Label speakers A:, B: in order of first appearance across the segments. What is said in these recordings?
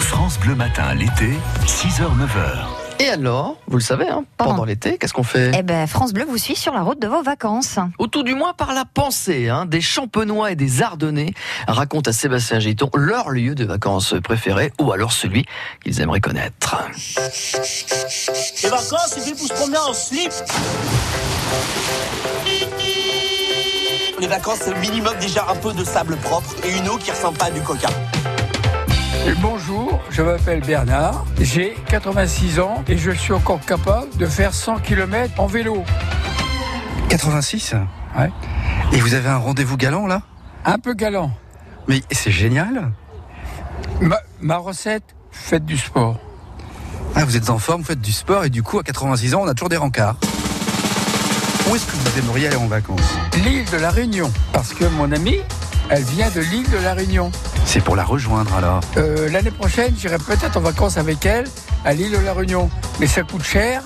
A: France Bleu Matin l'été, 6h-9h.
B: Et alors, vous le savez, hein, pendant
C: Pardon.
B: l'été, qu'est-ce qu'on fait
C: Eh ben, France Bleu vous suit sur la route de vos vacances.
B: Ou tout du moins par la pensée, hein, des Champenois et des Ardennais racontent à Sébastien Giton leur lieu de vacances préféré ou alors celui qu'ils aimeraient connaître.
D: Les vacances, ben, c'est fait pour se promener en slip. Les vacances, c'est minimum déjà un peu de sable propre et une eau qui ressemble pas à du coca.
E: Bonjour, je m'appelle Bernard, j'ai 86 ans et je suis encore capable de faire 100 km en vélo.
F: 86
E: Ouais.
F: Et vous avez un rendez-vous galant là
E: Un peu galant.
F: Mais c'est génial
E: Ma, ma recette, faites du sport.
F: ah, Vous êtes en forme, vous faites du sport et du coup à 86 ans on a toujours des rencarts. Où est-ce que vous aimeriez aller en vacances
E: L'île de la Réunion, parce que mon amie, elle vient de l'île de la Réunion.
F: C'est pour la rejoindre alors.
E: Euh, L'année prochaine, j'irai peut-être en vacances avec elle à l'île de la Réunion. Mais ça coûte cher,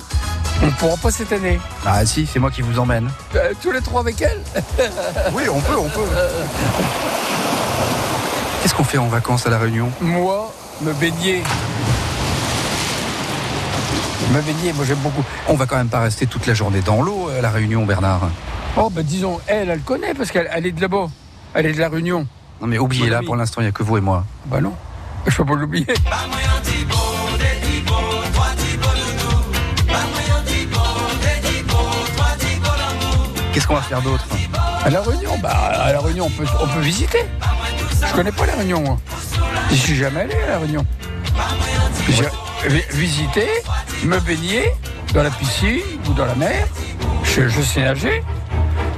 E: on ne pourra pas cette année.
F: Ah si, c'est moi qui vous emmène.
E: Euh, tous les trois avec elle
F: Oui, on peut, on peut. Qu'est-ce qu'on fait en vacances à la Réunion
E: Moi, me baigner. Me baigner, moi j'aime beaucoup.
F: On va quand même pas rester toute la journée dans l'eau euh, à la Réunion, Bernard.
E: Oh, bah disons, elle, elle connaît parce qu'elle elle est de là-bas. Elle est de la Réunion.
F: Non mais oubliez-la,
E: Oui.
F: pour l'instant il n'y a que vous et moi.
E: Bah non, je peux pas l'oublier.
F: Qu'est-ce qu'on va faire d'autre
E: À la Réunion, bah à la Réunion, on peut, on peut visiter. Je connais pas la Réunion, moi. Je suis jamais allé à la Réunion. J'ai vi- visité, me baigner dans la piscine ou dans la mer. Je, je sais nager.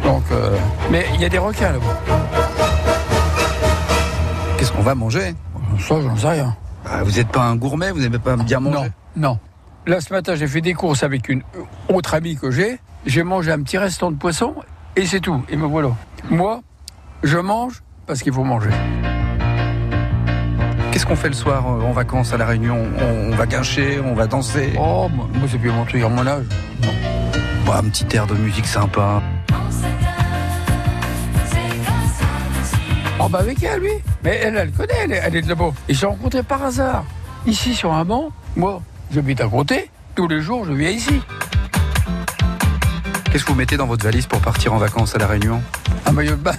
E: Donc, euh, mais il y a des requins là-bas.
F: Qu'est-ce qu'on va manger
E: Ça, j'en sais rien.
F: Ah, Vous n'êtes pas un gourmet, vous n'aimez pas bien manger
E: Non, non. Là, ce matin, j'ai fait des courses avec une autre amie que j'ai. J'ai mangé un petit restant de poisson et c'est tout. Et me voilà. Moi, je mange parce qu'il faut manger.
F: Qu'est-ce qu'on fait le soir euh, en vacances à La Réunion on, on va gâcher, on va danser.
E: Oh, moi, moi, c'est plus mon truc à mon âge.
F: Bah, un petit air de musique sympa.
E: Oh, bah avec elle, lui. Mais elle, elle connaît, elle, est- elle est de là-bas. Ils se sont rencontrés par hasard. Ici, sur un banc, moi, j'habite à côté. Tous les jours, je viens ici.
F: Qu'est-ce que vous mettez dans votre valise pour partir en vacances à La Réunion
E: Un maillot de bain,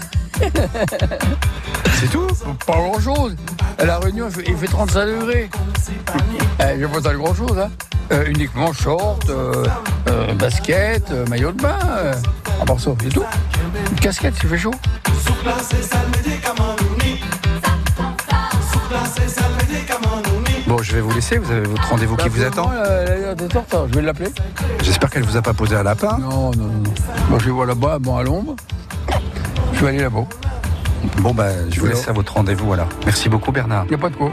F: C'est tout
E: bah, pas grand-chose. À La Réunion, il fait- il fait 35 degrés. Eh, je vois pas grand-chose, hein. Euh, uniquement short, euh, euh, basket, euh, maillot de bain. euh, à part ça, c'est tout. Une casquette, s'il fait chaud.
F: Bon, je vais vous laisser, vous avez votre rendez-vous qui Bah, vous attend.
E: Moi, elle a l'air d'être en retard, hein, je vais l'appeler.
F: J'espère qu'elle vous a pas posé un lapin.
E: Non, non, non. Moi, je les vois là-bas, bon, à l'ombre. Je vais aller là-bas.
F: Bon, bah, je vous laisse à votre rendez-vous alors. Merci beaucoup, Bernard.
E: Il n'y a pas de quoi.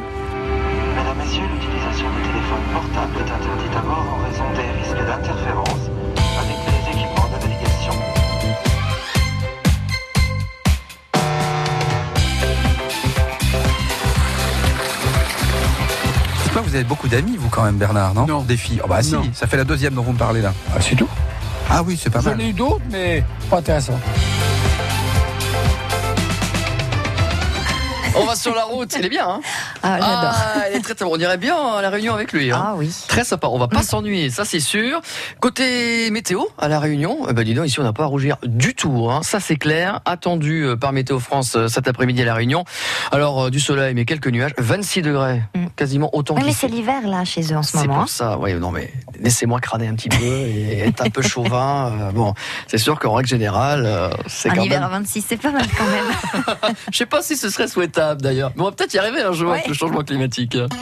G: Mesdames, Messieurs, l'utilisation du téléphone portable est interdite à bord en raison des risques d'interférence avec les équipements de navigation.
F: Dites-moi, vous avez beaucoup d'amis, vous, quand même, Bernard, non
E: Non.
F: Des filles. Ah, bah, si,
E: Non.
F: ça fait la deuxième dont vous me parlez là.
E: Ah, c'est tout.
F: Ah, oui, c'est pas
E: J'en
F: mal.
E: ai eu d'autres, mais pas intéressant.
B: On va sur la route, il est bien. Hein
C: Ah, j'adore.
B: ah, il est très très bon. On irait bien à la Réunion avec lui. hein.
C: Ah oui.
B: Très sympa, on va pas s'ennuyer, ça c'est sûr. Côté météo, à La Réunion, eh ben dis donc, ici on n'a pas à rougir du tout, hein. ça c'est clair. Attendu euh, par Météo France euh, cet après-midi à La Réunion. Alors euh, du soleil mais quelques nuages, 26 degrés,
C: Mm.
B: quasiment autant
C: Oui, mais
B: qu'ici.
C: c'est l'hiver là chez eux en ce
B: C'est
C: moment. hein.
B: pour ça, oui, non mais laissez-moi crâner un petit peu et être un peu chauvin. euh, bon, c'est sûr qu'en règle générale, euh, c'est
C: hein. Un
B: quand
C: hiver
B: même...
C: à 26, c'est pas mal quand même.
B: Je sais pas si ce serait souhaitable d'ailleurs, mais on va peut-être y arriver un jour
C: Ouais.
B: avec le changement climatique. hein.